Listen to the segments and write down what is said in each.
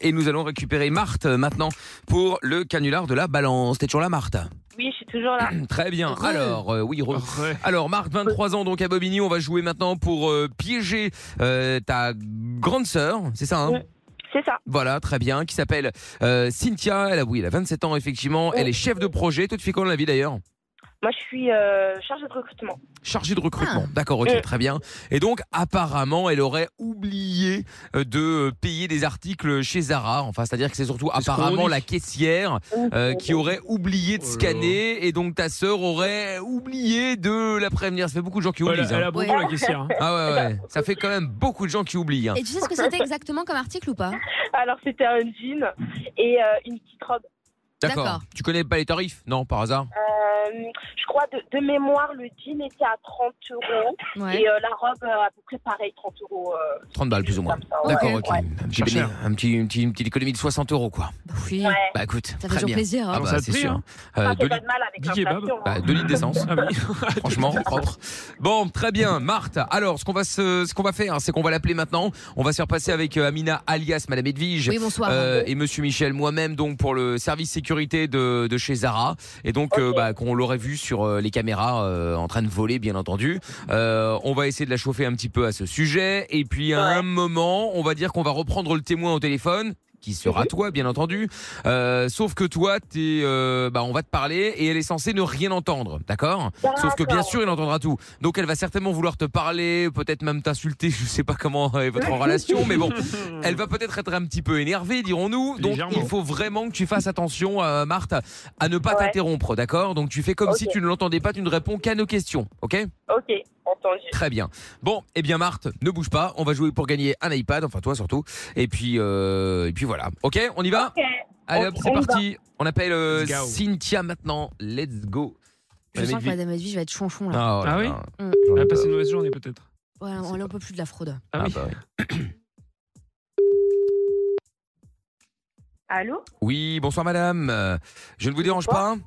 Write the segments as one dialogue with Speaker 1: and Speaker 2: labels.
Speaker 1: Et nous allons récupérer Marthe euh, maintenant pour le canular de la balance. T'es toujours là, Marthe
Speaker 2: Oui, je suis toujours là.
Speaker 1: Très bien.
Speaker 3: Re.
Speaker 1: Alors, euh, oui, re. Alors, Marthe, 23 ans, donc à Bobigny, on va jouer maintenant pour euh, piéger euh, ta grande sœur, c'est ça hein
Speaker 2: Ouais. C'est ça.
Speaker 1: Voilà, très bien, qui s'appelle euh, Cynthia. Elle a, oui, elle a 27 ans, effectivement. Elle est chef de projet. Toi, tu fais quoi dans la vie d'ailleurs
Speaker 2: Moi, je suis euh, chargée de recrutement.
Speaker 1: Chargée de recrutement.
Speaker 3: Ah.
Speaker 1: D'accord, ok,
Speaker 2: Ouais.
Speaker 1: très bien. Et donc, apparemment, elle aurait oublié euh, de euh, payer des articles chez Zara. Enfin, c'est-à-dire que c'est surtout
Speaker 3: C'est ce qu'on
Speaker 1: apparemment
Speaker 3: dit.
Speaker 1: la caissière euh, qui aurait oublié de
Speaker 3: Oh là
Speaker 1: scanner et donc ta sœur aurait oublié de la prévenir. Ça fait beaucoup de gens qui oublient.
Speaker 3: elle,
Speaker 1: hein.
Speaker 3: a beaucoup
Speaker 4: Ouais.
Speaker 3: la caissière. hein.
Speaker 1: Ah ouais, ouais. Ça fait quand même beaucoup de gens qui oublient. hein.
Speaker 4: Et tu sais ce que c'était exactement comme article ou pas
Speaker 2: Alors, c'était un jean et euh, une petite robe.
Speaker 1: D'accord.
Speaker 4: d'accord.
Speaker 1: Tu connais pas les tarifs Non, par hasard.
Speaker 2: Euh, je crois, de, de mémoire, le jean était à 30 euros
Speaker 4: Ouais.
Speaker 2: et euh, la robe, euh, à peu près pareil, 30 euros. euh,
Speaker 1: 30 balles Ah, plus ou moins.
Speaker 2: comme ça, ouais.
Speaker 1: D'accord,
Speaker 4: Ouais,
Speaker 1: ok.
Speaker 2: ouais.
Speaker 1: Un petit
Speaker 3: Cher,
Speaker 1: béné- un petit- une petite- une petite économie de 60 euros, quoi.
Speaker 4: Bah oui,
Speaker 2: Ouais.
Speaker 1: Bah écoute,
Speaker 4: ça fait
Speaker 1: très
Speaker 4: toujours
Speaker 1: bien.
Speaker 4: plaisir.
Speaker 1: Ah
Speaker 3: Non,
Speaker 1: bah,
Speaker 3: ça te
Speaker 1: c'est
Speaker 3: plaît,
Speaker 1: sûr.
Speaker 3: hein.
Speaker 1: Euh, deux
Speaker 2: Ah, c'est
Speaker 1: litres-
Speaker 2: pas de mal avec
Speaker 3: Dix kebabs.
Speaker 2: l'inflation,
Speaker 1: bah,
Speaker 2: hein.
Speaker 1: deux litres d'essence.
Speaker 3: Ah oui.
Speaker 1: Franchement, propre. Bon, très bien, Marthe. Alors, ce qu'on va se- ce qu'on va faire, hein, c'est qu'on va l'appeler maintenant. On va se faire passer avec euh, Amina, alias Madame Edwige,
Speaker 4: Oui, bonsoir.
Speaker 1: euh, et Monsieur Michel, moi-même, donc pour le service sécurité de, de chez Zara, et donc euh,
Speaker 2: Ok.
Speaker 1: bah, qu'on l'aurait vu sur euh, les caméras euh, en train de voler, bien entendu. Euh, on va essayer de la chauffer un petit peu à ce sujet, et puis à
Speaker 2: Ouais.
Speaker 1: un moment, on va dire qu'on va reprendre le témoin au téléphone. Qui
Speaker 2: Mhm.
Speaker 1: sera toi, bien entendu. Euh, sauf que toi, t'es, euh, bah, on va te parler et elle est censée ne rien entendre, d'accord bah,
Speaker 2: hein.
Speaker 1: Sauf que bien
Speaker 2: D'accord.
Speaker 1: sûr, il entendra tout. Donc elle va certainement vouloir te parler, peut-être même t'insulter, je sais pas comment est votre relation, mais bon, elle va peut-être être un petit peu énervée, dirons-nous. Donc
Speaker 3: Légèrement.
Speaker 1: il faut vraiment que tu fasses attention, euh, Marthe, à ne pas
Speaker 2: Ouais.
Speaker 1: t'interrompre, d'accord Donc tu fais comme
Speaker 2: Ok.
Speaker 1: si tu ne l'entendais pas, tu ne réponds qu'à nos questions, ok
Speaker 2: Ok, entendu.
Speaker 1: Très bien. Bon, eh bien Marthe, ne bouge pas, on va jouer pour gagner un iPad, enfin toi surtout. Et puis, euh, et puis voilà, ok On y va
Speaker 2: Ok.
Speaker 1: Allez
Speaker 2: on-
Speaker 1: hop, c'est
Speaker 2: on y va.
Speaker 1: parti. On appelle euh,
Speaker 3: Let's go.
Speaker 1: Cynthia maintenant. Let's go.
Speaker 4: Je sens que Madame Edwige va être chonchon là.
Speaker 1: Ah, oh là
Speaker 3: Ah oui
Speaker 1: là.
Speaker 4: Mm.
Speaker 3: Elle
Speaker 1: J'en ai
Speaker 3: a
Speaker 1: peur.
Speaker 3: passé une mauvaise journée peut-être.
Speaker 4: Ouais, on, là, on peut plus de la fraude.
Speaker 3: Ah oui.
Speaker 1: bah oui.
Speaker 5: Allô
Speaker 1: Oui, bonsoir madame. Euh, Je ne vous dérange pas hein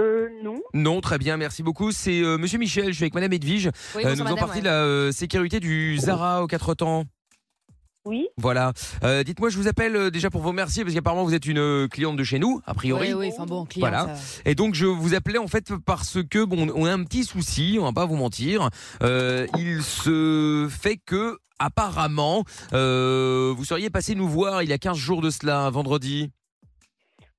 Speaker 5: Euh, non.
Speaker 1: Non, très bien, merci beaucoup. C'est euh, monsieur Michel, je suis avec madame Edwige.
Speaker 4: Oui,
Speaker 1: Euh, nous faisons partie de la euh, sécurité du Zara aux quatre temps.
Speaker 5: Oui.
Speaker 1: Voilà. Euh, Dites-moi, je vous appelle euh, déjà pour vous remercier parce qu'apparemment vous êtes une euh, cliente de chez nous, a priori.
Speaker 4: Oui, oui, enfin bon, client.
Speaker 1: Voilà.
Speaker 4: ça-
Speaker 1: Et donc je vous appelais en fait parce que bon, on a un petit souci, on va pas vous mentir. Euh, il se fait que apparemment euh, vous seriez passé nous voir il y a 15 jours de cela, un vendredi.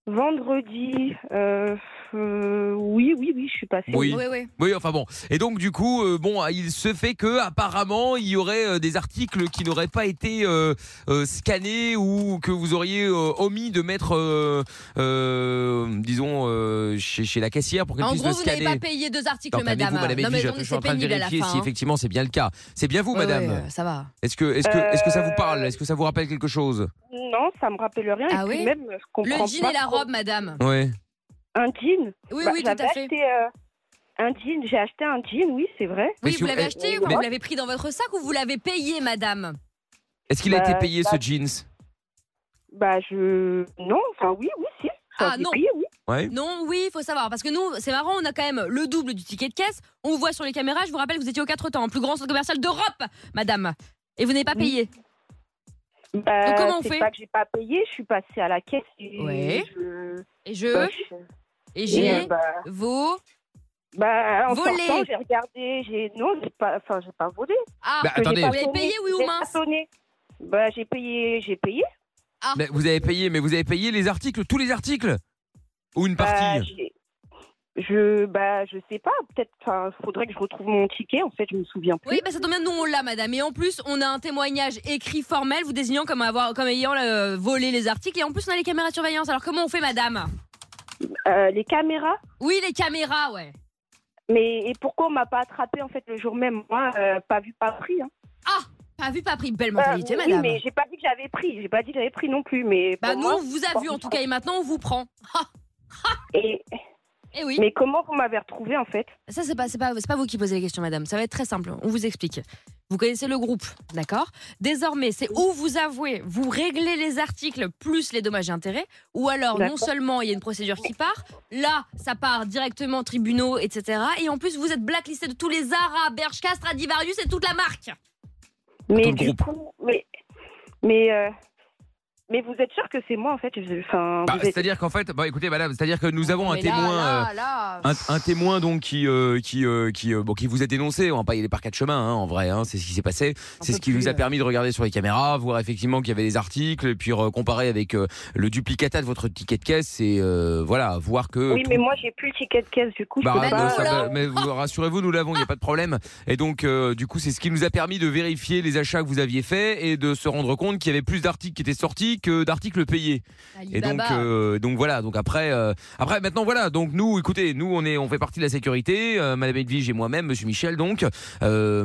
Speaker 5: Vendredi, euh, euh, oui, oui, oui, je suis passée.
Speaker 1: Oui.
Speaker 4: Oui, oui.
Speaker 1: Oui, enfin bon. Et donc du coup, euh, bon, il se fait que apparemment il y aurait euh, des articles qui n'auraient pas été euh, euh, scannés ou que vous auriez euh, omis de mettre, euh, euh, disons, euh, chez, chez la caissière pour qu'elle
Speaker 4: En
Speaker 1: puisse
Speaker 4: gros,
Speaker 1: le
Speaker 4: vous
Speaker 1: scanner.
Speaker 4: n'avez pas payé deux articles,
Speaker 1: Non, calmez-vous,
Speaker 4: madame.
Speaker 1: madame
Speaker 4: non, mais
Speaker 1: Edwige,
Speaker 4: non,
Speaker 1: je suis
Speaker 4: c'est
Speaker 1: en train de
Speaker 4: pénible à la
Speaker 1: vérifier
Speaker 4: fin.
Speaker 1: si
Speaker 4: hein.
Speaker 1: effectivement c'est bien le cas. C'est bien vous,
Speaker 4: Ouais,
Speaker 1: madame.
Speaker 4: ouais, euh, ça va.
Speaker 1: Est-ce que, est-ce que, est-ce que ça vous parle
Speaker 5: Euh,
Speaker 1: Est-ce que ça vous rappelle quelque chose
Speaker 5: Non, ça me rappelle rien.
Speaker 4: Ah
Speaker 5: et puis
Speaker 4: oui
Speaker 5: même, je comprends
Speaker 4: Le jean
Speaker 5: pas
Speaker 4: et la
Speaker 5: trop.
Speaker 4: robe, madame.
Speaker 1: Ouais.
Speaker 5: Un jean
Speaker 4: Oui,
Speaker 5: Bah,
Speaker 4: oui, tout
Speaker 5: j'avais
Speaker 4: à fait.
Speaker 5: acheté, euh, un jean, j'ai acheté un jean, oui, c'est vrai.
Speaker 1: Mais
Speaker 4: Oui,
Speaker 1: si
Speaker 4: vous
Speaker 1: vous-
Speaker 4: l'avez
Speaker 1: eh,
Speaker 4: acheté ou
Speaker 1: mais-
Speaker 4: vous l'avez pris dans votre sac ou vous l'avez payé, madame
Speaker 1: Est-ce qu'il a
Speaker 5: Bah,
Speaker 1: été payé ce
Speaker 5: bah-
Speaker 1: jeans
Speaker 5: Bah, je. Non, enfin, oui, oui, si. Enfin,
Speaker 4: Ah,
Speaker 5: j'ai
Speaker 4: non.
Speaker 5: payé, oui.
Speaker 1: Ouais.
Speaker 4: Non, oui, il faut savoir. Parce que nous, c'est marrant, on a quand même le double du ticket de caisse. On vous voit sur les caméras. Je vous rappelle que vous étiez au 4 temps, en plus grand centre commercial d'Europe, madame. Et vous n'avez pas
Speaker 5: Oui.
Speaker 4: payé.
Speaker 5: Bah,
Speaker 4: Donc, comment on
Speaker 5: c'est
Speaker 4: fait
Speaker 5: pas que j'ai pas payé, je suis passée à la caisse. Et
Speaker 4: Ouais.
Speaker 5: je-
Speaker 4: Et
Speaker 5: bah,
Speaker 4: je.
Speaker 5: je-
Speaker 4: Et
Speaker 5: et,
Speaker 4: j'ai.
Speaker 5: euh, bah,
Speaker 4: Vous.
Speaker 5: bah, en
Speaker 4: Volé.
Speaker 5: sortant, j'ai regardé, j'ai. Non, j'ai pas... enfin, j'ai pas volé.
Speaker 4: Ah,
Speaker 1: Bah,
Speaker 5: que j'ai
Speaker 1: attendez.
Speaker 5: pas
Speaker 4: Vous l'avez
Speaker 5: sonné,
Speaker 4: payé, oui ou
Speaker 5: j'ai pas
Speaker 4: mince
Speaker 5: sonné. Bah, j'ai payé, j'ai payé.
Speaker 1: Mais Vous avez payé, mais vous avez payé les articles, tous les articles Ou une partie
Speaker 5: Bah, j'ai- je bah je sais pas, peut-être enfin, faudrait que je retrouve mon ticket en fait, je me souviens plus.
Speaker 4: Oui, bah ça tombe bien, nous on l'a, madame. Et en plus, on a un témoignage écrit formel vous désignant comme, avoir, comme ayant euh, volé les articles. Et en plus, on a les caméras de surveillance. Alors comment on fait, madame
Speaker 5: Euh, les caméras
Speaker 4: Oui, les caméras, ouais.
Speaker 5: mais et pourquoi on m'a pas attrapé en fait le jour même Moi, euh, pas vu, pas pris. Hein.
Speaker 4: Ah, Pas vu, pas pris. Belle
Speaker 5: Euh,
Speaker 4: mentalité,
Speaker 5: oui,
Speaker 4: madame.
Speaker 5: mais j'ai pas dit que j'avais pris. J'ai pas dit que j'avais pris non plus. Mais
Speaker 4: Bah
Speaker 5: pour
Speaker 4: nous,
Speaker 5: moi,
Speaker 4: on vous a vu en tout cas. Et maintenant, on vous prend. Ah,
Speaker 5: et-
Speaker 4: eh oui.
Speaker 5: mais comment vous m'avez retrouvé en fait
Speaker 4: Ça, c'est pas, c'est pas, c'est pas vous qui posez les questions, madame. Ça va être très simple. On vous explique. Vous connaissez le groupe, d'accord Désormais, c'est où vous avouez, vous réglez les articles plus les dommages et intérêts, ou alors non
Speaker 5: D'accord.
Speaker 4: seulement il y a une procédure qui part, là, ça part directement tribunaux, etc. Et en plus, vous êtes blacklisté de tous les Zara, Bershka, Stradivarius et toute la marque.
Speaker 5: Mais
Speaker 1: le
Speaker 5: du
Speaker 1: groupe.
Speaker 5: coup, mais mais euh, Mais vous êtes sûr que c'est moi en fait je- Enfin,
Speaker 1: Bah,
Speaker 5: vous êtes-
Speaker 1: C'est-à-dire qu'en fait, bah, écoutez, madame, c'est-à-dire que nous avons un
Speaker 4: Ah, Mais là,
Speaker 1: témoin. euh,
Speaker 4: là, là,
Speaker 1: un, un témoin donc qui euh, qui euh, qui euh, bon qui vous a dénoncé on va pas y aller par quatre chemins hein, en vrai hein, c'est ce qui s'est passé
Speaker 4: On
Speaker 1: c'est
Speaker 4: peut
Speaker 1: ce qui
Speaker 4: plus,
Speaker 1: nous a
Speaker 4: euh.
Speaker 1: permis de regarder sur les caméras voir effectivement qu'il y avait des articles et puis euh, comparer avec euh, le duplicata de votre ticket de caisse et euh, voilà voir que
Speaker 5: Oui, mais moi j'ai plus le ticket de caisse du coup.
Speaker 1: Bah,
Speaker 5: je peux
Speaker 4: Mais
Speaker 1: non,
Speaker 5: pas. euh,
Speaker 4: nous,
Speaker 1: ça
Speaker 4: là.
Speaker 1: va, mais vous- rassurez-vous, nous l'avons, il n'y a pas de problème. Et donc, euh, du coup, c'est ce qui nous a permis de vérifier les achats que vous aviez faits et de se rendre compte qu'il y avait plus d'articles qui étaient sortis que d'articles payés. Et donc,
Speaker 4: Alibaba.
Speaker 1: euh, donc voilà. Donc après, euh, après maintenant voilà. Donc nous, écoutez, nous on est, on fait partie de la sécurité. euh, Madame Edwige et moi-même, Monsieur Michel. Donc, euh,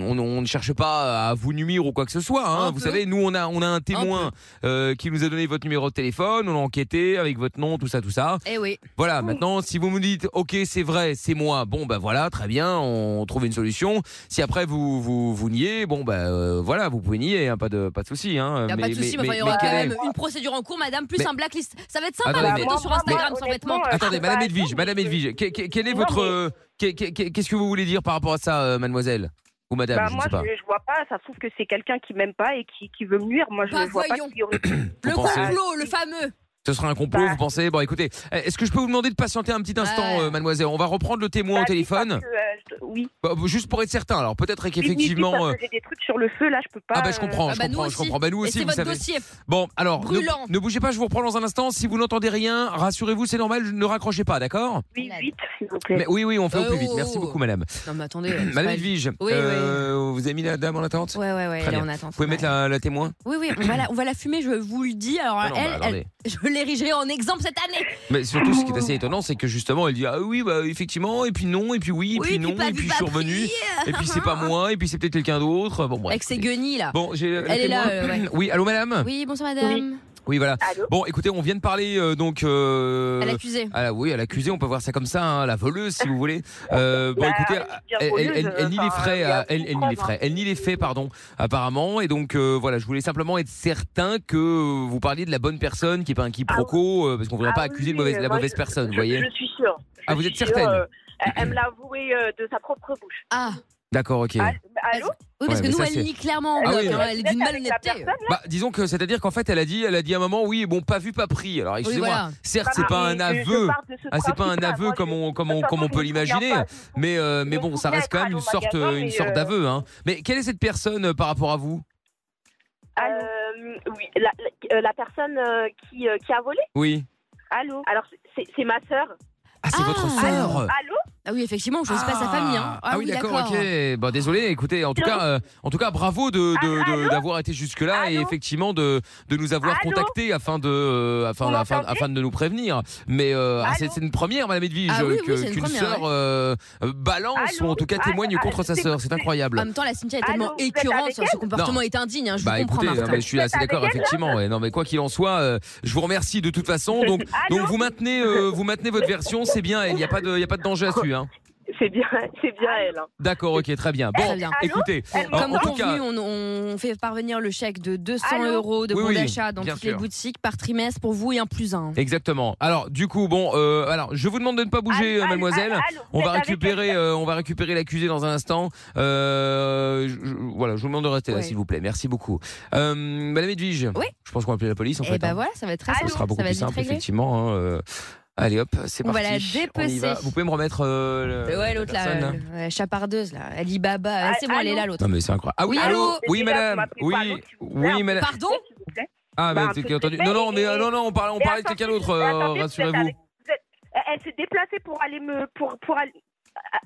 Speaker 1: on, on ne cherche pas à vous nuire ou quoi que ce soit. hein.
Speaker 4: Un
Speaker 1: Vous
Speaker 4: peu.
Speaker 1: savez, nous on a, on a un témoin euh, qui nous a donné votre numéro de téléphone. On a enquêté avec votre nom, tout ça, tout ça.
Speaker 4: Eh oui.
Speaker 1: Voilà. Maintenant, si vous me dites, ok, c'est vrai, c'est moi. Bon, bah voilà, très bien. On trouve une solution. Si après vous vous, vous niez, bon bah euh, voilà, vous pouvez nier, hein, pas de pas de souci. Hein.
Speaker 4: Il n'y a pas de souci, mais, enfin, il y aura
Speaker 1: quel
Speaker 4: quand
Speaker 1: est-
Speaker 4: même une procédure en cours, madame, plus
Speaker 1: Mais-
Speaker 4: un blacklist. Ça va être sympa,
Speaker 1: Attendez,
Speaker 4: une
Speaker 5: Bah,
Speaker 1: mais-
Speaker 4: photo
Speaker 5: moi,
Speaker 4: sur
Speaker 5: moi,
Speaker 4: Instagram
Speaker 5: moi,
Speaker 4: sans vêtements.
Speaker 5: honnêtement, euh,
Speaker 1: Attendez,
Speaker 5: je peux
Speaker 1: Madame
Speaker 5: pas
Speaker 1: Edwige,
Speaker 5: attendre,
Speaker 1: Madame
Speaker 5: parce que-
Speaker 1: Edwige, que- que- quel est
Speaker 5: Non,
Speaker 1: votre,
Speaker 5: mais-
Speaker 1: euh, que- que- que- qu'est-ce que vous voulez dire par rapport à ça, euh, Mademoiselle ou Madame,
Speaker 5: Bah,
Speaker 1: je ne
Speaker 5: moi
Speaker 1: sais pas.
Speaker 5: je, je vois pas, ça se trouve que c'est quelqu'un qui m'aime pas et qui, qui veut me nuire. Moi je
Speaker 4: Bah,
Speaker 5: ne vois
Speaker 4: voyons.
Speaker 5: pas qu'il y aurait-
Speaker 4: Le
Speaker 1: Vous pensez-
Speaker 4: complot, le fameux.
Speaker 1: Ce sera un complot,
Speaker 5: Bah.
Speaker 1: vous pensez Bon, écoutez, euh, est-ce que je peux vous demander de patienter un petit instant,
Speaker 4: Ouais.
Speaker 1: euh, Mademoiselle On va reprendre le témoin
Speaker 5: Bah,
Speaker 1: au
Speaker 5: je dis pas
Speaker 1: téléphone,
Speaker 5: que, euh, je- Oui.
Speaker 1: Bah, juste pour être certain. Alors peut-être
Speaker 5: Oui, oui,
Speaker 1: qu'effectivement.
Speaker 5: oui,
Speaker 1: euh,
Speaker 5: parce que j'ai des trucs sur le feu là, je peux pas.
Speaker 1: Ah bah je
Speaker 5: euh,
Speaker 1: comprends,
Speaker 4: Ah
Speaker 1: je
Speaker 4: bah, nous
Speaker 1: comprends, je
Speaker 4: aussi.
Speaker 1: comprends. Bah nous
Speaker 4: Et
Speaker 1: aussi,
Speaker 4: c'est
Speaker 1: vous
Speaker 4: votre
Speaker 1: savez.
Speaker 4: dossier.
Speaker 1: Bon, alors ne,
Speaker 4: Brûlant.
Speaker 1: ne bougez pas, je vous reprends dans un instant. Si vous n'entendez rien, rassurez-vous, c'est normal, ne raccrochez pas, d'accord
Speaker 5: euh, Oui,
Speaker 4: Malade.
Speaker 5: vite, s'il vous plaît.
Speaker 1: Mais oui, oui, on fait au
Speaker 4: Euh,
Speaker 1: plus vite.
Speaker 4: oh,
Speaker 1: Merci
Speaker 4: oh.
Speaker 1: beaucoup, Madame.
Speaker 4: Non, mais attendez. c'est
Speaker 1: Madame
Speaker 4: pas-
Speaker 1: Edwige,
Speaker 4: Oui, oui.
Speaker 1: euh, vous avez mis la dame en attente.
Speaker 4: Ouais, ouais, ouais,
Speaker 1: Très
Speaker 4: elle est
Speaker 1: bien.
Speaker 4: en attente.
Speaker 1: Vous pouvez mettre la, la témoin
Speaker 4: Oui, oui, on va, la, on va la fumer, je vous le dis. Alors,
Speaker 1: Ah non, bah,
Speaker 4: elle, elle-
Speaker 1: attendez.
Speaker 4: je l'érigerai en exemple cette année.
Speaker 1: Mais surtout, ce qui
Speaker 4: Oh.
Speaker 1: est assez étonnant, c'est que justement, elle dit ah oui, bah effectivement, et puis non, et puis oui, et puis, non,
Speaker 4: pas
Speaker 1: et
Speaker 4: vu,
Speaker 1: puis je
Speaker 4: pas
Speaker 1: suis revenu,
Speaker 4: pris.
Speaker 1: et puis c'est pas moi, et puis c'est peut-être quelqu'un d'autre. Bon, bref.
Speaker 4: Avec ses guenilles, là.
Speaker 1: Bon, j'ai.
Speaker 4: Elle est là, euh, ouais.
Speaker 1: Oui, allô, madame. Oui.
Speaker 4: Oui, bonsoir, madame.
Speaker 1: voilà.
Speaker 5: Allô
Speaker 1: Bon, écoutez, on vient de parler euh, donc. euh,
Speaker 4: À l'accusée.
Speaker 1: à la- oui, à l'accusée, on peut voir ça comme ça, hein, la voleuse, si vous voulez. Euh, bon,
Speaker 5: Bah,
Speaker 1: écoutez,
Speaker 5: dire
Speaker 1: elle, elle-
Speaker 5: voleuse,
Speaker 1: elle- elle nie
Speaker 5: enfin,
Speaker 1: les frais,
Speaker 5: il y a
Speaker 1: euh, elle, elle nie
Speaker 5: beaucoup
Speaker 1: les
Speaker 5: de preuves,
Speaker 1: frais, elle nie les faits, pardon, apparemment. Et donc, euh, voilà, je voulais simplement être certain que vous parliez de la bonne personne, qui n'est pas un quiproquo, euh, parce qu'on ne voudrait
Speaker 5: Ah
Speaker 1: pas
Speaker 5: oui,
Speaker 1: accuser de
Speaker 5: oui,
Speaker 1: mauvaise, la
Speaker 5: euh, moi,
Speaker 1: mauvaise
Speaker 5: je-
Speaker 1: personne, vous
Speaker 5: je-
Speaker 1: voyez.
Speaker 5: Je suis sûre. Je
Speaker 1: Ah, vous
Speaker 5: suis
Speaker 1: êtes
Speaker 5: sûre,
Speaker 1: certaine
Speaker 5: euh, elle- Elle me l'a avoué euh, de sa propre bouche.
Speaker 4: Ah,
Speaker 1: D'accord, ok.
Speaker 5: Ah, bah, Allô
Speaker 4: oui, parce
Speaker 1: Ouais,
Speaker 4: que
Speaker 1: mais
Speaker 4: nous,
Speaker 1: ça, c'est-
Speaker 4: elle nie clairement. en
Speaker 1: Ah
Speaker 4: bloc,
Speaker 1: oui,
Speaker 4: hein,
Speaker 1: non.
Speaker 4: Elle est d'une
Speaker 5: Avec la
Speaker 4: malhonnêteté.
Speaker 5: personne,
Speaker 1: Bah, disons que c'est-à-dire qu'en fait, elle a dit, elle a dit à un moment, oui, bon, pas vu, pas pris. Alors, excusez-moi,
Speaker 4: voilà.
Speaker 1: certes, c'est pas un
Speaker 5: mais Ah, je- je
Speaker 1: aveu,
Speaker 5: pars de ce
Speaker 1: ah, c'est pas un
Speaker 5: principe-là.
Speaker 1: aveu
Speaker 5: Moi, je-
Speaker 1: comme on, comme on,
Speaker 5: de toute
Speaker 1: comme on
Speaker 5: façon, je
Speaker 1: peut
Speaker 5: me souviens
Speaker 1: l'imaginer.
Speaker 5: pas du tout.
Speaker 1: Mais, euh, mais
Speaker 5: Je me
Speaker 1: bon, ça
Speaker 5: souviens
Speaker 1: reste quand
Speaker 5: être
Speaker 1: même
Speaker 5: allée
Speaker 1: une
Speaker 5: au
Speaker 1: sorte,
Speaker 5: magasin,
Speaker 1: une
Speaker 5: mais,
Speaker 1: sorte
Speaker 5: euh,
Speaker 1: d'aveu, hein. Mais quelle est cette personne euh, par rapport à vous
Speaker 5: Allô
Speaker 2: Euh, oui, la, la- euh, la personne euh, qui, euh, qui a volé
Speaker 1: Oui.
Speaker 5: Allô
Speaker 2: Alors, c'est c'est ma sœur.
Speaker 1: Ah, c'est
Speaker 4: Ah.
Speaker 1: votre sœur.
Speaker 2: Allô
Speaker 4: Ah oui, effectivement, on choisit pas sa famille. hein.
Speaker 1: Ah, oui, d'accord, ok. Bon, désolé. Écoutez, en tout
Speaker 2: Allô
Speaker 1: cas, euh, en tout cas, bravo de de- de- d'avoir été jusque là et
Speaker 2: Allô
Speaker 1: effectivement de de nous avoir
Speaker 2: Allô
Speaker 1: contactés afin de euh, afin
Speaker 2: Vous
Speaker 1: afin,
Speaker 2: m'entendez
Speaker 1: afin de nous prévenir. Mais euh, ah,
Speaker 2: Allô
Speaker 1: c'est c'est une première, Madame Edwige,
Speaker 4: Ah oui,
Speaker 1: euh,
Speaker 4: oui,
Speaker 1: que-
Speaker 4: c'est une
Speaker 1: qu'une
Speaker 4: première,
Speaker 1: sœur euh, euh, balance
Speaker 2: Allô
Speaker 1: ou en tout cas
Speaker 2: Ah,
Speaker 1: témoigne
Speaker 2: ah,
Speaker 1: contre sa
Speaker 2: c'est-
Speaker 1: sœur. C'est incroyable.
Speaker 4: En même temps, la Cynthia est
Speaker 2: Allô,
Speaker 4: tellement
Speaker 2: vous êtes
Speaker 4: écœurante,
Speaker 2: avec
Speaker 4: son comportement est indigne, hein, ah, je
Speaker 1: Bah
Speaker 4: vous comprends,
Speaker 1: écoutez, non,
Speaker 4: Martin.
Speaker 1: mais je suis assez
Speaker 2: Vous êtes
Speaker 1: d'accord
Speaker 2: avec elle,
Speaker 1: effectivement. ouais. non mais quoi qu'il en soit, euh, je vous remercie de toute façon. Donc
Speaker 2: Allô
Speaker 1: donc vous maintenez euh, vous maintenez votre version, c'est bien. Il n'y a pas de il y a pas de danger à ce hein.
Speaker 2: C'est bien, c'est bien elle. hein.
Speaker 1: D'accord, ok, très bien.
Speaker 4: Très
Speaker 1: Bon,
Speaker 4: bien.
Speaker 1: écoutez,
Speaker 2: Elle
Speaker 1: en-
Speaker 2: me
Speaker 4: Comme
Speaker 1: en tout cas,
Speaker 4: convenu, on, on fait parvenir le chèque de 200
Speaker 2: Allô
Speaker 4: euros de
Speaker 1: Oui,
Speaker 4: bon
Speaker 1: oui,
Speaker 4: d'achat dans
Speaker 1: bien
Speaker 4: toutes les
Speaker 1: sûr.
Speaker 4: boutiques par trimestre pour vous et un plus un.
Speaker 1: Exactement. Alors, du coup, bon, euh, alors, je vous demande de ne pas bouger,
Speaker 2: Allô,
Speaker 1: euh,
Speaker 2: allô,
Speaker 1: mademoiselle.
Speaker 2: allô, allô,
Speaker 1: On
Speaker 2: vous
Speaker 1: va
Speaker 2: êtes avec
Speaker 1: récupérer,
Speaker 2: elle
Speaker 1: euh, on va récupérer l'accusé dans un instant. Euh, je- je- voilà, je vous demande de rester là,
Speaker 4: Ouais.
Speaker 1: s'il vous plaît. Merci beaucoup, euh, Madame Edwige.
Speaker 4: Oui.
Speaker 1: Je pense qu'on va appeler la police en
Speaker 4: et
Speaker 1: fait.
Speaker 4: bah
Speaker 1: hein.
Speaker 4: voilà, ça va être très
Speaker 2: Ça
Speaker 1: Ce
Speaker 4: simple.
Speaker 1: sera beaucoup
Speaker 4: ça va
Speaker 1: plus
Speaker 4: vite
Speaker 1: simple,
Speaker 4: régler.
Speaker 1: effectivement. hein, euh. Allez, hop, c'est
Speaker 4: On
Speaker 1: parti.
Speaker 4: va la
Speaker 1: On y va.
Speaker 4: dépecer.
Speaker 1: Vous pouvez me remettre euh, le-
Speaker 4: Ouais, l'autre
Speaker 1: la
Speaker 4: là,
Speaker 1: personne,
Speaker 4: euh, la chapardeuse là, Alibaba,
Speaker 2: Ah,
Speaker 4: c'est bon, elle est là l'autre.
Speaker 1: Non mais c'est incroyable. Ah oui,
Speaker 4: Oui,
Speaker 1: allô.
Speaker 4: allô
Speaker 1: Oui,
Speaker 2: Les gars, vous
Speaker 1: madame.
Speaker 2: m'appelez
Speaker 1: Oui,
Speaker 2: pas allô, s'il vous plaît.
Speaker 1: oui, madame.
Speaker 4: Pardon
Speaker 2: S'il vous plaît.
Speaker 1: Ah, bah,
Speaker 2: Bah,
Speaker 1: t'as-
Speaker 2: un peu
Speaker 1: t'as entendu.
Speaker 2: de
Speaker 1: Non, non, mais
Speaker 2: respect
Speaker 1: euh,
Speaker 2: et-
Speaker 1: non, non, on parlait, on
Speaker 2: Mais
Speaker 1: parlait de
Speaker 2: attendez,
Speaker 1: quelqu'un
Speaker 2: vous
Speaker 1: d'autre.
Speaker 2: êtes-
Speaker 1: euh,
Speaker 2: attendez, vous êtes
Speaker 1: Rassurez-vous.
Speaker 2: avec- vous êtes- Elle elle s'est déplacée pour aller me. pour, pour aller.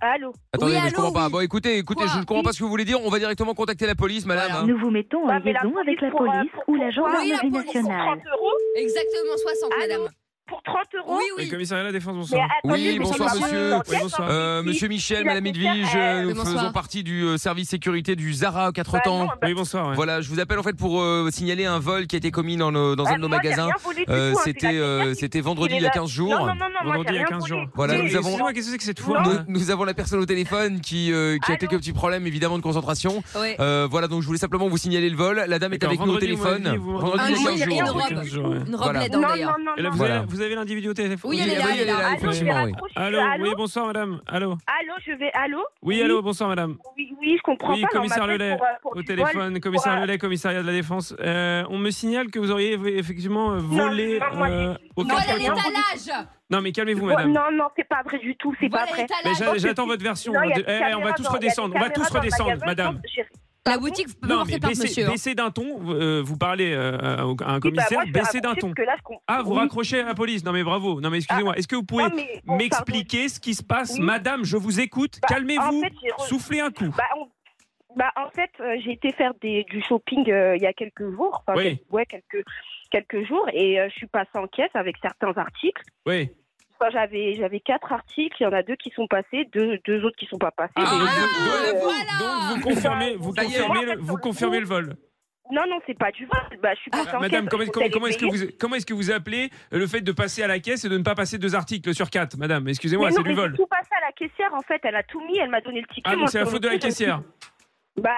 Speaker 2: Ah, Allô
Speaker 1: Attendez,
Speaker 4: Oui,
Speaker 1: mais je
Speaker 4: allô,
Speaker 1: comprends pas.
Speaker 4: oui.
Speaker 1: Bon, écoutez, écoutez,
Speaker 4: Quoi
Speaker 1: je ne comprends pas ce que vous voulez dire. On va directement contacter la police, madame.
Speaker 4: Voilà.
Speaker 1: hein.
Speaker 3: Nous vous mettons
Speaker 2: Ouais,
Speaker 3: en
Speaker 2: Bah, mais la
Speaker 3: liaison Oh, avec la
Speaker 2: pour, euh,
Speaker 3: police
Speaker 2: pour-
Speaker 3: ou
Speaker 2: pour-
Speaker 3: la
Speaker 4: Oui, la
Speaker 3: gendarmerie
Speaker 4: police,
Speaker 2: Pour
Speaker 3: nationale.
Speaker 2: 30 euros
Speaker 4: Exactement 60
Speaker 2: Allô
Speaker 4: madame.
Speaker 2: Pour 30 euros
Speaker 4: Oui,
Speaker 6: Le
Speaker 4: oui.
Speaker 6: Eh, commissariat de la défense,
Speaker 2: Mais
Speaker 6: bonsoir.
Speaker 2: attendez,
Speaker 1: Oui,
Speaker 2: mais
Speaker 1: bonsoir,
Speaker 2: je
Speaker 1: monsieur.
Speaker 2: parle-
Speaker 6: Oui, bonsoir.
Speaker 1: Euh, monsieur Michel,
Speaker 2: Oui,
Speaker 1: madame
Speaker 2: la
Speaker 1: Edwige, euh,
Speaker 4: Oui,
Speaker 1: nous
Speaker 4: bonsoir.
Speaker 1: faisons partie du euh, service sécurité du Zara aux
Speaker 2: Bah
Speaker 1: 4
Speaker 2: non,
Speaker 1: ans.
Speaker 2: bah,
Speaker 6: Oui, bonsoir. ouais.
Speaker 1: Voilà, je vous appelle en fait pour euh, signaler un vol qui a été commis dans, nos- dans
Speaker 2: bah,
Speaker 1: un de nos
Speaker 2: moi, j'ai
Speaker 1: magasins.
Speaker 2: rien volé du
Speaker 1: Euh,
Speaker 2: tout, hein, c'est la
Speaker 1: C'était euh,
Speaker 2: personne qui-
Speaker 1: c'était vendredi il y a 15 jours.
Speaker 2: Non, non, non, non, Ah, moi,
Speaker 6: Vendredi,
Speaker 2: j'ai
Speaker 6: il y a
Speaker 2: rien
Speaker 6: 15
Speaker 2: volé.
Speaker 6: jours.
Speaker 1: Voilà,
Speaker 2: Oui,
Speaker 1: nous
Speaker 6: Mais
Speaker 2: oui,
Speaker 1: avons-
Speaker 6: Excusez-moi, qu'est-ce que c'est que cette euh,
Speaker 2: Non.
Speaker 6: fois
Speaker 1: Nous, nous avons la personne au téléphone qui, euh, qui a
Speaker 2: Allô Eh.
Speaker 1: quelques petits problèmes évidemment de concentration.
Speaker 4: Ouais.
Speaker 1: Euh, voilà, donc je voulais simplement vous signaler le vol. La dame est avec nous au téléphone.
Speaker 4: Ah,
Speaker 1: Vendredi,
Speaker 4: oui,
Speaker 1: il y a 15
Speaker 4: j'ai rien
Speaker 1: jours.
Speaker 4: de robe. Une robe
Speaker 1: Voilà.
Speaker 4: LED
Speaker 2: Non,
Speaker 4: hein,
Speaker 2: non,
Speaker 4: d'ailleurs.
Speaker 2: non,
Speaker 6: Et là,
Speaker 2: non.
Speaker 6: vous,
Speaker 1: Voilà.
Speaker 6: avez, vous avez l'individu au téléphone
Speaker 4: Oui, elle est là,
Speaker 1: Oui,
Speaker 4: elle est là. Ah,
Speaker 1: effectivement, oui.
Speaker 2: Allô, je vais
Speaker 6: Allô,
Speaker 2: raccrocher.
Speaker 6: oui, bonsoir madame. Allô
Speaker 2: Allô, je vais. Allô
Speaker 6: Oui, allô, bonsoir madame.
Speaker 2: Oui, oui, je comprends
Speaker 6: Oui,
Speaker 2: pas. Alors, on
Speaker 6: commissaire
Speaker 2: m'appelle
Speaker 6: Lelay,
Speaker 2: pour, euh, pour
Speaker 6: Au
Speaker 2: du vol.
Speaker 6: téléphone, commissaire
Speaker 2: Ouais.
Speaker 6: Lelay, commissariat de la Défense. Euh, on me signale que vous auriez effectivement euh,
Speaker 2: Non,
Speaker 6: volé
Speaker 2: non, moi,
Speaker 6: euh,
Speaker 2: j'ai-
Speaker 6: au
Speaker 2: Non,
Speaker 4: Voilà
Speaker 2: elle est
Speaker 6: carton.
Speaker 2: à-
Speaker 4: l'étalage
Speaker 6: Non, mais calmez-vous,
Speaker 2: Ouais,
Speaker 6: madame.
Speaker 2: non, non, c'est pas vrai du tout, c'est pas
Speaker 4: Voilà
Speaker 2: vrai.
Speaker 6: Mais
Speaker 4: l'étalage
Speaker 6: j'a- J'attends votre version.
Speaker 2: Non, il y a
Speaker 6: De-
Speaker 2: des
Speaker 6: eh, eh, on
Speaker 2: caméras
Speaker 6: va tous
Speaker 2: dans- il y a des
Speaker 6: redescendre. On va tous
Speaker 2: caméras dans le
Speaker 6: redescendre,
Speaker 2: magasin,
Speaker 6: madame.
Speaker 2: j'ai- bah,
Speaker 4: La boutique peut
Speaker 6: Non,
Speaker 4: porter
Speaker 6: mais
Speaker 4: porte,
Speaker 6: baissez,
Speaker 4: monsieur. hein.
Speaker 6: baissez d'un ton. euh, vous parlez euh, à- à un
Speaker 2: Oui, bah,
Speaker 6: commissaire,
Speaker 2: moi, je vais
Speaker 6: baissez d'un
Speaker 2: raccrocher
Speaker 6: ton.
Speaker 2: parce que là, je comprends-
Speaker 6: Ah, vous
Speaker 2: oui.
Speaker 6: raccrochez à la police. Non, mais bravo. Non, mais excusez-moi. Est-ce que vous pouvez
Speaker 2: Ah, Non, mais, bon,
Speaker 6: m'expliquer ce qui se passe
Speaker 2: Oui.
Speaker 6: Madame, je vous écoute.
Speaker 2: Bah,
Speaker 6: Calmez-vous.
Speaker 2: en fait, j'ai re-
Speaker 6: Soufflez un coup.
Speaker 2: pardon. Bah, on- bah, en fait, euh, j'ai été faire des, du shopping euh, il y a quelques jours. Enfin,
Speaker 6: Oui.
Speaker 2: quelques- ouais, quelques, quelques jours. Et euh, je suis passée en caisse avec certains articles.
Speaker 6: Oui.
Speaker 2: Enfin, j'avais, j'avais quatre articles. Il y en a deux qui sont passés, deux, deux autres qui sont pas passés.
Speaker 6: Ah,
Speaker 2: Mais-
Speaker 6: donc,
Speaker 1: ah,
Speaker 6: vous- donc-
Speaker 4: voilà.
Speaker 6: donc vous confirmez, vous
Speaker 1: Ça y est.
Speaker 6: confirmez,
Speaker 2: Moi, en
Speaker 6: le,
Speaker 2: fait,
Speaker 6: vous
Speaker 2: sur le
Speaker 6: confirmez
Speaker 2: coup,
Speaker 6: le vol.
Speaker 2: Non, non, c'est pas du vol. Bah, je suis passée en caisse.
Speaker 6: Ah, Madame, comment,
Speaker 2: vous
Speaker 6: comment-
Speaker 2: allez
Speaker 6: comment est-ce que
Speaker 2: payer.
Speaker 6: vous comment est-ce que vous appelez euh, le fait de passer à la caisse et de ne pas passer deux articles sur quatre, Madame Excusez-moi,
Speaker 2: Mais non,
Speaker 6: c'est du
Speaker 2: mais
Speaker 6: vol.
Speaker 2: j'ai tout passé à la caissière en fait. Elle a tout mis, elle m'a donné le ticket.
Speaker 6: Ah
Speaker 2: Moi,
Speaker 6: donc c'est la
Speaker 2: sur
Speaker 6: faute de
Speaker 2: le
Speaker 6: la
Speaker 2: coup, je me suis
Speaker 6: caissière.
Speaker 2: dit, Bah,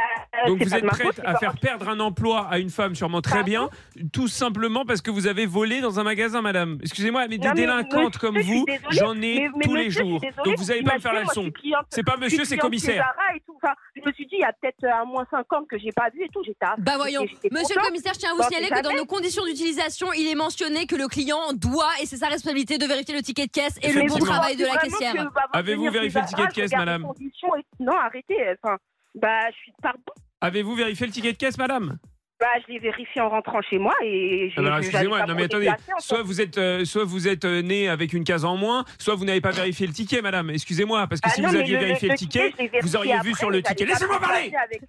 Speaker 2: euh,
Speaker 6: Donc
Speaker 2: c'est
Speaker 6: vous
Speaker 2: pas
Speaker 6: êtes
Speaker 2: de ma faute,
Speaker 6: prête
Speaker 2: c'est
Speaker 6: à
Speaker 2: pas-
Speaker 6: faire perdre un emploi à une femme sûrement très
Speaker 2: Pardon
Speaker 6: bien, tout simplement parce que vous avez volé dans un magasin, Madame. Excusez-moi, mais des
Speaker 2: Non, mais
Speaker 6: délinquantes
Speaker 2: monsieur,
Speaker 6: comme
Speaker 2: je suis
Speaker 6: vous,
Speaker 2: désolée,
Speaker 6: j'en ai
Speaker 2: Mais- mais
Speaker 6: tous
Speaker 2: monsieur, je
Speaker 6: les
Speaker 2: suis
Speaker 6: jours.
Speaker 2: désolée,
Speaker 6: donc vous allez pas me faire la
Speaker 2: imaginez, moi,
Speaker 6: leçon.
Speaker 2: je suis cliente-
Speaker 6: C'est pas
Speaker 2: je
Speaker 6: monsieur,
Speaker 2: suis
Speaker 6: c'est
Speaker 2: cliente
Speaker 6: commissaire.
Speaker 2: chez Zara et tout. Enfin, je me suis dit, il y a peut-être euh, un moins 50 que j'ai pas vu et tout. J'étais à-
Speaker 4: Bah voyons,
Speaker 2: j'étais- j'étais
Speaker 4: monsieur le
Speaker 2: contente.
Speaker 4: commissaire, je tiens à vous
Speaker 2: Bon,
Speaker 4: signaler
Speaker 2: c'est
Speaker 4: que dans
Speaker 2: jamais.
Speaker 4: nos conditions d'utilisation, il est mentionné que le client doit, et c'est sa responsabilité, de vérifier le ticket de caisse et le
Speaker 2: Mais
Speaker 4: bon
Speaker 2: vous
Speaker 6: Effectivement.
Speaker 4: travail de la
Speaker 2: pensez vraiment
Speaker 4: caissière.
Speaker 2: que, bah, vous
Speaker 6: Avez-vous
Speaker 2: venir chez
Speaker 6: vérifié le
Speaker 2: Zara,
Speaker 6: ticket de caisse,
Speaker 2: regarder
Speaker 6: madame
Speaker 2: les conditions et- Non, arrêtez. Enfin, bah, je suis pardon.
Speaker 6: Avez-vous vérifié le ticket de caisse, Madame
Speaker 2: Bah, je l'ai vérifié en rentrant chez moi et j'ai.
Speaker 6: Ah bah,
Speaker 2: j'allais
Speaker 6: excusez-moi,
Speaker 2: pas
Speaker 6: non
Speaker 2: me
Speaker 6: mais attendez,
Speaker 2: déplacer, enfin.
Speaker 6: soit vous êtes, euh, soit vous êtes euh, né avec une case en moins, soit vous n'avez pas vérifié le ticket, madame. Excusez-moi, parce que
Speaker 2: Ah
Speaker 6: si
Speaker 2: non,
Speaker 6: vous
Speaker 2: mais
Speaker 6: aviez vérifié le, ticket,
Speaker 2: je l'ai vérifié
Speaker 6: auriez vu
Speaker 2: après,
Speaker 6: sur le
Speaker 2: j'allais
Speaker 6: ticket.
Speaker 2: pas
Speaker 6: Laissez-moi parler
Speaker 2: avec-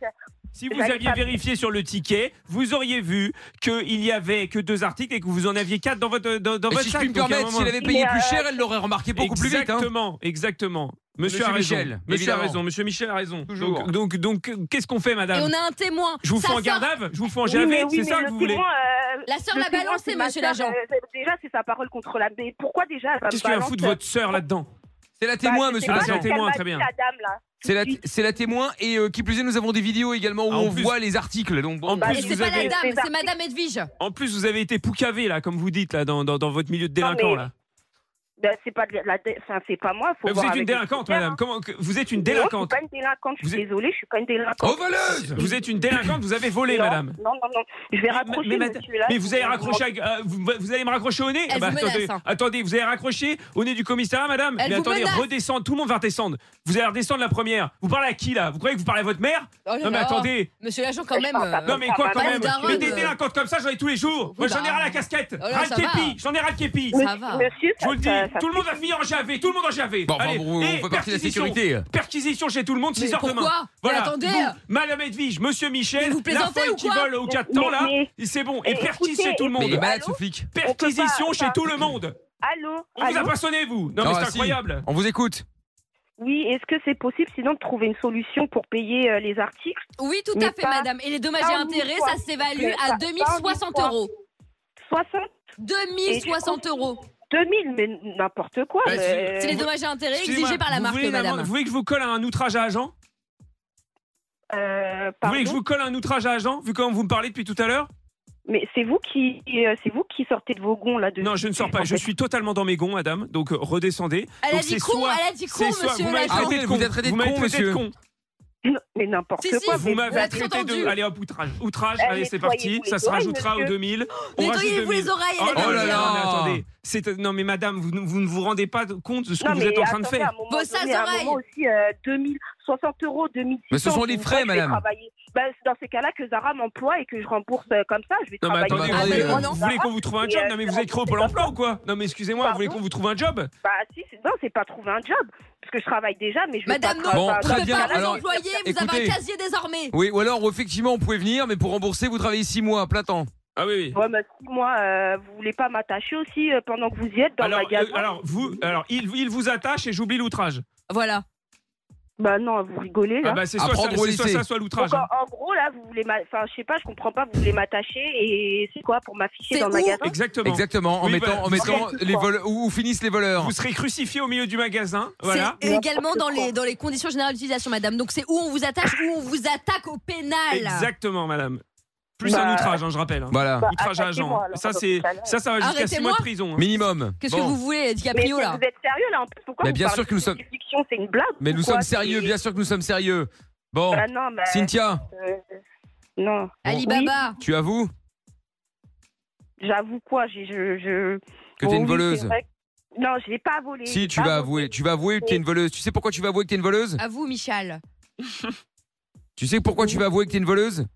Speaker 6: si vous
Speaker 2: j'allais
Speaker 6: aviez
Speaker 2: pas-
Speaker 6: vérifié sur le ticket, vous auriez vu qu'il y avait que deux articles et que vous en aviez quatre dans votre dans, dans
Speaker 1: Et
Speaker 6: votre
Speaker 1: si je
Speaker 6: sac,
Speaker 1: puis me
Speaker 6: donc à un
Speaker 1: permettre,
Speaker 6: moment-
Speaker 1: s'il avait payé
Speaker 2: Mais,
Speaker 1: plus
Speaker 2: euh,
Speaker 1: cher, elle l'aurait remarqué beaucoup plus vite. hein.
Speaker 6: Exactement, exactement. Monsieur,
Speaker 1: Monsieur
Speaker 6: a raison.
Speaker 1: Michel,
Speaker 6: Monsieur a
Speaker 1: évidemment.
Speaker 6: raison. Monsieur Michel a raison.
Speaker 1: Toujours.
Speaker 6: Donc, donc, donc, qu'est-ce qu'on fait,
Speaker 4: Et
Speaker 6: madame
Speaker 4: on a un témoin.
Speaker 6: Je vous
Speaker 4: Sa
Speaker 6: fais en garde
Speaker 4: sœur-
Speaker 6: à vue Je vous fais en
Speaker 2: Oui,
Speaker 6: garde
Speaker 2: mais
Speaker 6: à vue
Speaker 2: oui,
Speaker 6: C'est ça
Speaker 2: mais
Speaker 6: que
Speaker 2: le
Speaker 6: vous voulez
Speaker 2: témoin, euh,
Speaker 4: La sœur
Speaker 2: le
Speaker 4: l'a
Speaker 2: témoin,
Speaker 4: balancé,
Speaker 2: c'est ma
Speaker 4: monsieur
Speaker 2: sœur,
Speaker 4: l'agent.
Speaker 2: euh, déjà, c'est sa parole contre la. Mais pourquoi déjà elle va
Speaker 6: Qu'est-ce qu'il y a à foutre
Speaker 2: balancer-
Speaker 6: votre sœur là-dedans
Speaker 1: C'est la
Speaker 2: Bah,
Speaker 1: témoin,
Speaker 2: je sais
Speaker 1: monsieur
Speaker 6: Ah,
Speaker 2: pas
Speaker 1: l'agent.
Speaker 6: c'est la
Speaker 2: ce qu'elle
Speaker 6: témoin,
Speaker 2: m'a
Speaker 6: très
Speaker 2: dit,
Speaker 6: bien.
Speaker 2: La dame là.
Speaker 1: C'est la, c'est la témoin et euh, qui plus est, nous avons des vidéos également où
Speaker 6: Ah, en
Speaker 1: on
Speaker 6: plus-
Speaker 1: voit les articles. Donc bon,
Speaker 6: En
Speaker 4: Et
Speaker 6: plus,
Speaker 4: c'est
Speaker 6: vous
Speaker 4: pas
Speaker 6: avez-
Speaker 4: la dame,
Speaker 2: Les
Speaker 4: c'est madame Edwige.
Speaker 6: En plus, vous avez été poucavé, là, comme vous dites, là, dans, dans, dans votre milieu de
Speaker 2: Non,
Speaker 6: délinquants.
Speaker 2: mais-
Speaker 6: là.
Speaker 2: Ben, c'est pas de la, dé- enfin, c'est pas moi. Faut
Speaker 6: Mais vous
Speaker 2: voir
Speaker 6: êtes une
Speaker 2: avec les
Speaker 6: délinquante,
Speaker 2: critères,
Speaker 6: madame.
Speaker 2: hein.
Speaker 6: Comment que- Vous êtes une
Speaker 2: Non,
Speaker 6: délinquante.
Speaker 2: je suis pas une délinquante. Je
Speaker 6: Vous
Speaker 2: suis
Speaker 6: êtes-
Speaker 2: désolée, je suis pas une délinquante.
Speaker 1: Oh, valeuse
Speaker 6: Vous êtes une délinquante, vous avez volé,
Speaker 2: Non,
Speaker 6: madame.
Speaker 2: Non, non, non. Je vais raccrocher.
Speaker 6: mais, madame-
Speaker 2: monsieur, là.
Speaker 6: mais vous allez raccrocher, à- euh, vous, vous allez me raccrocher au nez. Bah,
Speaker 4: Elle vous menace,
Speaker 6: attendez,
Speaker 4: hein.
Speaker 6: attendez, vous allez raccrocher au nez du commissariat, madame.
Speaker 4: Elle
Speaker 6: mais
Speaker 4: vous
Speaker 6: attendez,
Speaker 4: menace.
Speaker 6: redescendre, tout le monde va redescendre. Vous allez redescendre la première. Vous parlez à qui là Vous croyez que vous parlez à votre mère
Speaker 4: Oh là
Speaker 6: Non mais
Speaker 4: là.
Speaker 6: attendez,
Speaker 4: Monsieur l'agent, quand même.
Speaker 2: parle pas.
Speaker 4: euh,
Speaker 6: non mais quoi quand
Speaker 2: bah,
Speaker 6: même
Speaker 4: daronne,
Speaker 6: Mais des
Speaker 4: euh.
Speaker 6: délinquantes comme ça, j'en ai tous les jours.
Speaker 4: Oui,
Speaker 6: Moi j'en ai
Speaker 4: bah.
Speaker 6: ras la casquette,
Speaker 4: Oh là,
Speaker 6: ras le
Speaker 4: ça
Speaker 6: képi,
Speaker 4: va.
Speaker 6: j'en ai ras le képi.
Speaker 4: Ça va.
Speaker 2: Monsieur,
Speaker 6: Je vous le dis,
Speaker 2: ça- ça-
Speaker 6: tout le monde va finir en JAV, tout le monde en JAV.
Speaker 1: Bon, enfin,
Speaker 6: Allez,
Speaker 1: vous-
Speaker 6: et
Speaker 1: on fait partie de la
Speaker 6: perquisition.
Speaker 1: sécurité.
Speaker 6: Perquisition chez tout le monde,
Speaker 4: Mais
Speaker 6: 6h demain.
Speaker 4: pourquoi
Speaker 6: Voilà.
Speaker 4: Mais attendez euh,
Speaker 6: vous, Madame Edwige, Monsieur
Speaker 4: Mais
Speaker 6: Michel,
Speaker 4: vous
Speaker 6: la
Speaker 4: plaisantez
Speaker 6: folle
Speaker 4: ou
Speaker 6: qui
Speaker 4: quoi
Speaker 6: vole au
Speaker 2: Mais-
Speaker 6: 4 temps là,
Speaker 2: mais-
Speaker 6: et c'est bon. Et
Speaker 2: mais
Speaker 6: perquisez
Speaker 2: écoutez,
Speaker 6: tout le
Speaker 1: Mais
Speaker 6: monde.
Speaker 1: il est malade ce
Speaker 2: Allô
Speaker 1: flic.
Speaker 6: Perquisition
Speaker 2: On peut pas-
Speaker 6: chez tout le monde.
Speaker 2: Allô.
Speaker 6: On vous a
Speaker 2: Allô
Speaker 6: pas sonné, vous. Non, mais
Speaker 1: Ah,
Speaker 6: c'est
Speaker 1: si.
Speaker 6: incroyable.
Speaker 1: On vous écoute.
Speaker 2: Oui, est-ce que c'est possible sinon de trouver une solution pour payer euh, les articles
Speaker 4: Oui, tout
Speaker 2: Mais
Speaker 4: à fait,
Speaker 2: pas-
Speaker 4: madame. Et les dommages et
Speaker 2: pas mille
Speaker 4: intérêts,
Speaker 2: fois.
Speaker 4: ça s'évalue
Speaker 2: Mais
Speaker 4: à
Speaker 2: pas- pas
Speaker 4: 2060
Speaker 2: mille fois.
Speaker 4: euros.
Speaker 2: 60
Speaker 4: 2060 euros.
Speaker 2: 2000, mais n'importe quoi. euh,
Speaker 6: Bah,
Speaker 2: mais-
Speaker 4: C'est les dommages et intérêts exigés
Speaker 6: Excusez-moi,
Speaker 4: par la
Speaker 6: vous
Speaker 4: marque,
Speaker 6: voulez une amende-
Speaker 4: madame.
Speaker 6: Vous voulez que je vous colle à un outrage à agent
Speaker 2: Euh,
Speaker 6: Vous
Speaker 2: pardon
Speaker 6: voulez que je vous colle à un outrage à agent, vu comment vous me parlez depuis tout à l'heure
Speaker 2: Mais c'est vous qui, euh, c'est vous qui sortez de vos gonds là. De...
Speaker 6: Non, je ne sors pas.
Speaker 2: en
Speaker 6: Je
Speaker 2: fait.
Speaker 6: suis totalement dans mes gonds, madame. Donc euh, redescendez.
Speaker 4: Elle a
Speaker 6: Donc
Speaker 4: dit
Speaker 6: c'est
Speaker 4: con,
Speaker 6: soit-
Speaker 4: elle a dit con,
Speaker 6: c'est soit-
Speaker 4: monsieur
Speaker 6: vous m'avez
Speaker 4: l'agent.
Speaker 1: Ah,
Speaker 6: traité de con.
Speaker 1: vous êtes traité de
Speaker 6: Vous m'avez
Speaker 1: con,
Speaker 6: traité
Speaker 1: monsieur.
Speaker 6: de con.
Speaker 2: Mais n'importe
Speaker 4: Si, si,
Speaker 2: quoi.
Speaker 6: Vous
Speaker 2: mais-
Speaker 6: m'avez
Speaker 4: l'avez
Speaker 6: traité
Speaker 4: entendu.
Speaker 6: de. Allez hop, outrage. Outrage,
Speaker 2: Allez,
Speaker 6: allez, c'est
Speaker 2: nettoyez-vous
Speaker 6: parti. Ça
Speaker 2: les
Speaker 6: se
Speaker 2: oreilles,
Speaker 6: rajoutera aux
Speaker 2: monsieur.
Speaker 6: 2000. On rajoute
Speaker 4: Nettoyez-vous
Speaker 6: 2000.
Speaker 4: les oreilles,
Speaker 6: Oh
Speaker 4: elle
Speaker 1: là
Speaker 6: là
Speaker 4: est
Speaker 6: là,
Speaker 1: là.
Speaker 6: non, mais attendez. C'est- Non, mais madame, vous, ne- vous ne vous rendez pas compte de ce que
Speaker 2: Non,
Speaker 6: vous
Speaker 2: mais
Speaker 6: êtes en train de
Speaker 2: attendez,
Speaker 6: faire.
Speaker 2: À un moment,
Speaker 4: Vos sales
Speaker 2: donné, à un
Speaker 4: oreilles.
Speaker 2: moment aussi, euh, 2000, 60 euros, 2600.
Speaker 1: Mais ce sont les
Speaker 2: je
Speaker 1: frais,
Speaker 2: vais
Speaker 1: madame.
Speaker 2: travailler. Ben, c'est dans ces cas-là que Zara m'emploie et que je rembourse euh, comme ça. Je vais
Speaker 6: Non, mais
Speaker 2: travailler.
Speaker 6: attendez,
Speaker 1: Ah,
Speaker 6: vous,
Speaker 1: mais
Speaker 6: voulez-
Speaker 1: non,
Speaker 6: vous
Speaker 1: non.
Speaker 6: voulez qu'on vous trouve un job
Speaker 2: Et, euh,
Speaker 6: Non, mais vous êtes créé au Pôle emploi ou quoi Non, mais excusez-moi, vous voulez qu'on vous trouve un job
Speaker 2: Bah, si, c'est- non, c'est pas trouver un job. Parce que je travaille déjà, mais je vais
Speaker 4: Madame,
Speaker 2: pas
Speaker 4: non,
Speaker 2: tra-
Speaker 1: Bon,
Speaker 2: pas-
Speaker 4: vous
Speaker 1: très
Speaker 4: ne pouvez
Speaker 1: bien,
Speaker 4: pas vous
Speaker 1: alors,
Speaker 4: employer, vous avez
Speaker 1: écoutez.
Speaker 4: un casier désormais.
Speaker 1: Oui, ou alors effectivement, on pouvait venir, mais pour rembourser, vous travaillez 6 mois à plein temps.
Speaker 6: Ah oui, oui.
Speaker 2: Ouais, mais si moi, euh, vous voulez pas m'attacher aussi euh, pendant que vous y êtes dans
Speaker 6: Alors,
Speaker 2: le magasin
Speaker 6: euh, alors, vous, alors il, il vous attache et j'oublie l'outrage.
Speaker 4: Voilà.
Speaker 2: Bah non, vous rigolez là.
Speaker 6: Ah bah c'est
Speaker 1: À
Speaker 6: soit, ça-
Speaker 1: prendre au
Speaker 6: c'est soit
Speaker 1: lycée.
Speaker 6: ça, soit l'outrage.
Speaker 2: Donc, en, en gros, là, vous voulez. m'a- Enfin, je sais pas, je comprends pas, vous voulez m'attacher et c'est quoi pour m'afficher
Speaker 4: C'est
Speaker 2: dans le
Speaker 4: où
Speaker 2: magasin
Speaker 6: Exactement.
Speaker 1: Exactement, en
Speaker 6: Oui,
Speaker 1: mettant,
Speaker 6: bah,
Speaker 1: en
Speaker 6: vous
Speaker 1: mettant
Speaker 2: serez-
Speaker 1: les voleurs, où, où finissent les voleurs.
Speaker 6: Vous serez crucifié au milieu du magasin. Voilà.
Speaker 4: C'est également dans les,
Speaker 2: N'importe
Speaker 4: dans les conditions générales d'utilisation, madame. Donc c'est où on vous attache, où on vous attaque au pénal.
Speaker 6: Exactement, madame. Plus
Speaker 2: Bah,
Speaker 6: un outrage, hein, je rappelle. hein.
Speaker 1: Voilà,
Speaker 2: Bah,
Speaker 6: outrage à agent.
Speaker 2: attaquez-moi, alors,
Speaker 6: ça,
Speaker 2: dans
Speaker 6: c'est,
Speaker 2: ce cas-là.
Speaker 6: ça, ça va jusqu'à 6 mois
Speaker 4: Arrêtez-moi.
Speaker 6: de prison. hein.
Speaker 1: minimum.
Speaker 4: Qu'est-ce que
Speaker 1: Bon.
Speaker 4: vous voulez,
Speaker 2: Mais
Speaker 4: DiCaprio, là
Speaker 2: vous êtes sérieux là en plus Pourquoi
Speaker 1: Mais
Speaker 2: vous
Speaker 1: bien
Speaker 2: parlez
Speaker 1: sûr que nous
Speaker 2: de
Speaker 1: sommes-
Speaker 2: fiction C'est une blague
Speaker 1: Mais
Speaker 2: ou
Speaker 1: nous
Speaker 2: quoi
Speaker 1: sommes sérieux,
Speaker 2: C'est-
Speaker 1: bien sûr que nous sommes sérieux. Bon,
Speaker 2: Bah non, bah,
Speaker 1: Cynthia,
Speaker 2: euh, non.
Speaker 4: Alibaba,
Speaker 1: tu avoues
Speaker 2: Oui, J'avoue quoi j'ai- Je. je...
Speaker 1: que
Speaker 6: Oh
Speaker 1: t'es
Speaker 2: Bon,
Speaker 1: une
Speaker 2: oui, c'est
Speaker 1: voleuse
Speaker 2: vrai que- Non, je l'ai pas volé.
Speaker 1: Si, tu vas avouer. Tu vas avouer que t'es une voleuse. Tu sais pourquoi tu vas avouer que t'es une voleuse
Speaker 4: à vous, Michel.
Speaker 1: Tu sais pourquoi tu vas avouer que t'es une voleuse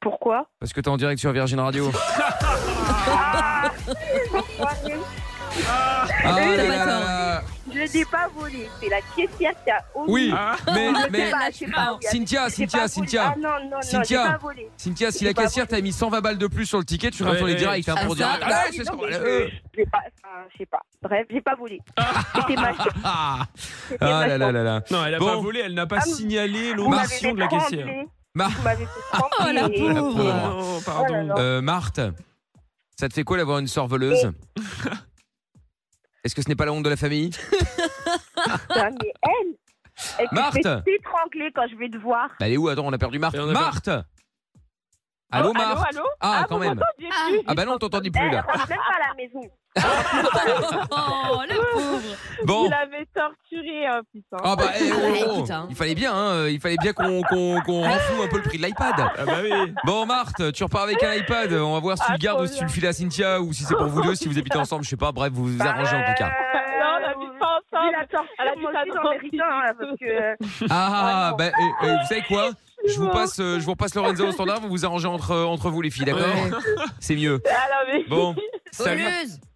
Speaker 2: Pourquoi
Speaker 1: Parce que t'es en direct sur Virgin Radio. Ah là
Speaker 4: Oui, t'as
Speaker 1: là
Speaker 4: pas
Speaker 1: là
Speaker 4: tort.
Speaker 1: là.
Speaker 2: Je l'ai pas volé. C'est la caissière qui a. omis.
Speaker 1: Oui,
Speaker 6: Ah.
Speaker 1: mais,
Speaker 2: Je sais
Speaker 1: mais
Speaker 2: pas, je sais pas, oui,
Speaker 1: Cynthia,
Speaker 2: j'ai
Speaker 1: Cynthia,
Speaker 2: pas volé.
Speaker 1: Cynthia,
Speaker 2: Ah non, non, non, j'ai
Speaker 1: Cynthia.
Speaker 2: pas volé.
Speaker 1: Cynthia, si
Speaker 2: J'ai
Speaker 1: la
Speaker 2: pas
Speaker 1: caissière
Speaker 2: volé.
Speaker 1: t'a mis 120 balles de plus sur le ticket, tu seras
Speaker 6: Ouais,
Speaker 1: sur les
Speaker 6: ouais.
Speaker 1: directs hein,
Speaker 4: Ah,
Speaker 1: pour
Speaker 4: ça,
Speaker 1: dire.
Speaker 4: bah
Speaker 1: Ah,
Speaker 2: oui,
Speaker 1: c'est
Speaker 2: non,
Speaker 1: ce qu'on-
Speaker 2: mais
Speaker 1: euh,
Speaker 2: Je l'ai pas. Enfin, je sais pas. Bref, j'ai pas volé. C'était ma chance.
Speaker 1: Ah
Speaker 2: c'était
Speaker 1: Ah
Speaker 2: ma
Speaker 1: là là
Speaker 2: chance.
Speaker 1: là là.
Speaker 6: Non, elle a
Speaker 1: Bon.
Speaker 6: pas volé, elle n'a pas
Speaker 2: Ah, mais-
Speaker 6: signalé
Speaker 2: Vous m'avez fait
Speaker 6: l'omission de la caissière.
Speaker 2: trembler.
Speaker 1: Mar-
Speaker 2: Vous m'avez fait trembler.
Speaker 4: Oh, la
Speaker 1: La
Speaker 4: pauvre.
Speaker 1: pauvre.
Speaker 6: Oh,
Speaker 2: Oh là
Speaker 6: pardon.
Speaker 2: là.
Speaker 1: Euh, Marthe, ça te fait quoi d'avoir une sœur voleuse Est-ce que ce n'est pas la honte de la famille
Speaker 2: Putain, mais elle, elle
Speaker 1: Marthe.
Speaker 2: se fait étrangler quand je vais te voir.
Speaker 1: Bah, Elle est où Attends, on a perdu Marthe.
Speaker 6: Et on a
Speaker 1: Marthe Allô,
Speaker 2: Oh,
Speaker 1: Marthe
Speaker 2: Allô, allô
Speaker 1: Ah,
Speaker 2: vous
Speaker 1: quand même.
Speaker 2: m'entendez
Speaker 4: Ah.
Speaker 2: plus
Speaker 1: Ah bah non, on t'entendit
Speaker 2: Eh,
Speaker 1: plus
Speaker 2: Elle
Speaker 1: là.
Speaker 2: rentre même pas à la maison.
Speaker 4: Oh, la pauvre.
Speaker 1: Bon.
Speaker 2: Vous l'avez torturée, hein, putain.
Speaker 1: Ah bah, eh, oh, oh,
Speaker 4: Écoute, hein.
Speaker 1: il fallait bien, hein, il fallait bien qu'on qu'on qu'on
Speaker 2: Ah.
Speaker 1: renfloue un peu le prix de l'iPad.
Speaker 6: Ah bah oui.
Speaker 1: Bon Marthe, tu repars avec un iPad, on va voir si tu le
Speaker 2: Ah,
Speaker 1: gardes
Speaker 2: trop
Speaker 1: ou si tu
Speaker 2: bien. Bah,
Speaker 1: le files à Cynthia ou si c'est pour vous deux, si vous habitez ensemble, je sais pas, bref, vous vous arrangez en tout cas.
Speaker 2: Non, on habite pas ensemble. Euh, la torture, moi aussi, j'en mérite un, hein, parce que... euh,
Speaker 1: Ah bah, eh, eh, vous savez quoi je vous, passe, euh, je vous repasse Lorenzo au standard, vous vous arrangez entre, entre vous les filles, d'accord
Speaker 6: Ouais.
Speaker 1: C'est mieux. Bon, salut,
Speaker 4: Voleuse.